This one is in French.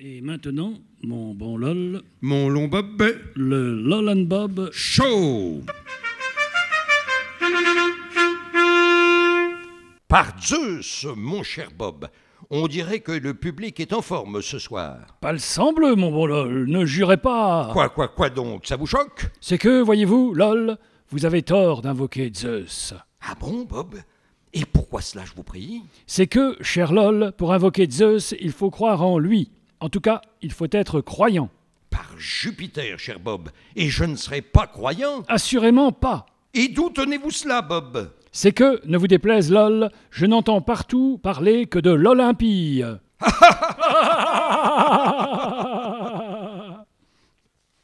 Et maintenant, mon bon LOL, Mon long bob le LOL and Bob. chaud. Par Zeus, mon cher Bob, on dirait que le public est en forme ce soir. Pas le sang bleu, mon bon LOL, ne jurez pas Quoi, quoi, quoi donc Ça vous choque C'est que, voyez-vous, LOL, vous avez tort d'invoquer Zeus. Ah bon, Bob Et pourquoi cela, je vous prie C'est que, cher LOL, pour invoquer Zeus, il faut croire en lui. En tout cas, il faut être croyant. Par Jupiter, cher Bob, et je ne serai pas croyant. Assurément pas Et d'où tenez-vous cela, Bob C'est que, ne vous déplaise, LOL, je n'entends partout parler que de l'Olympie.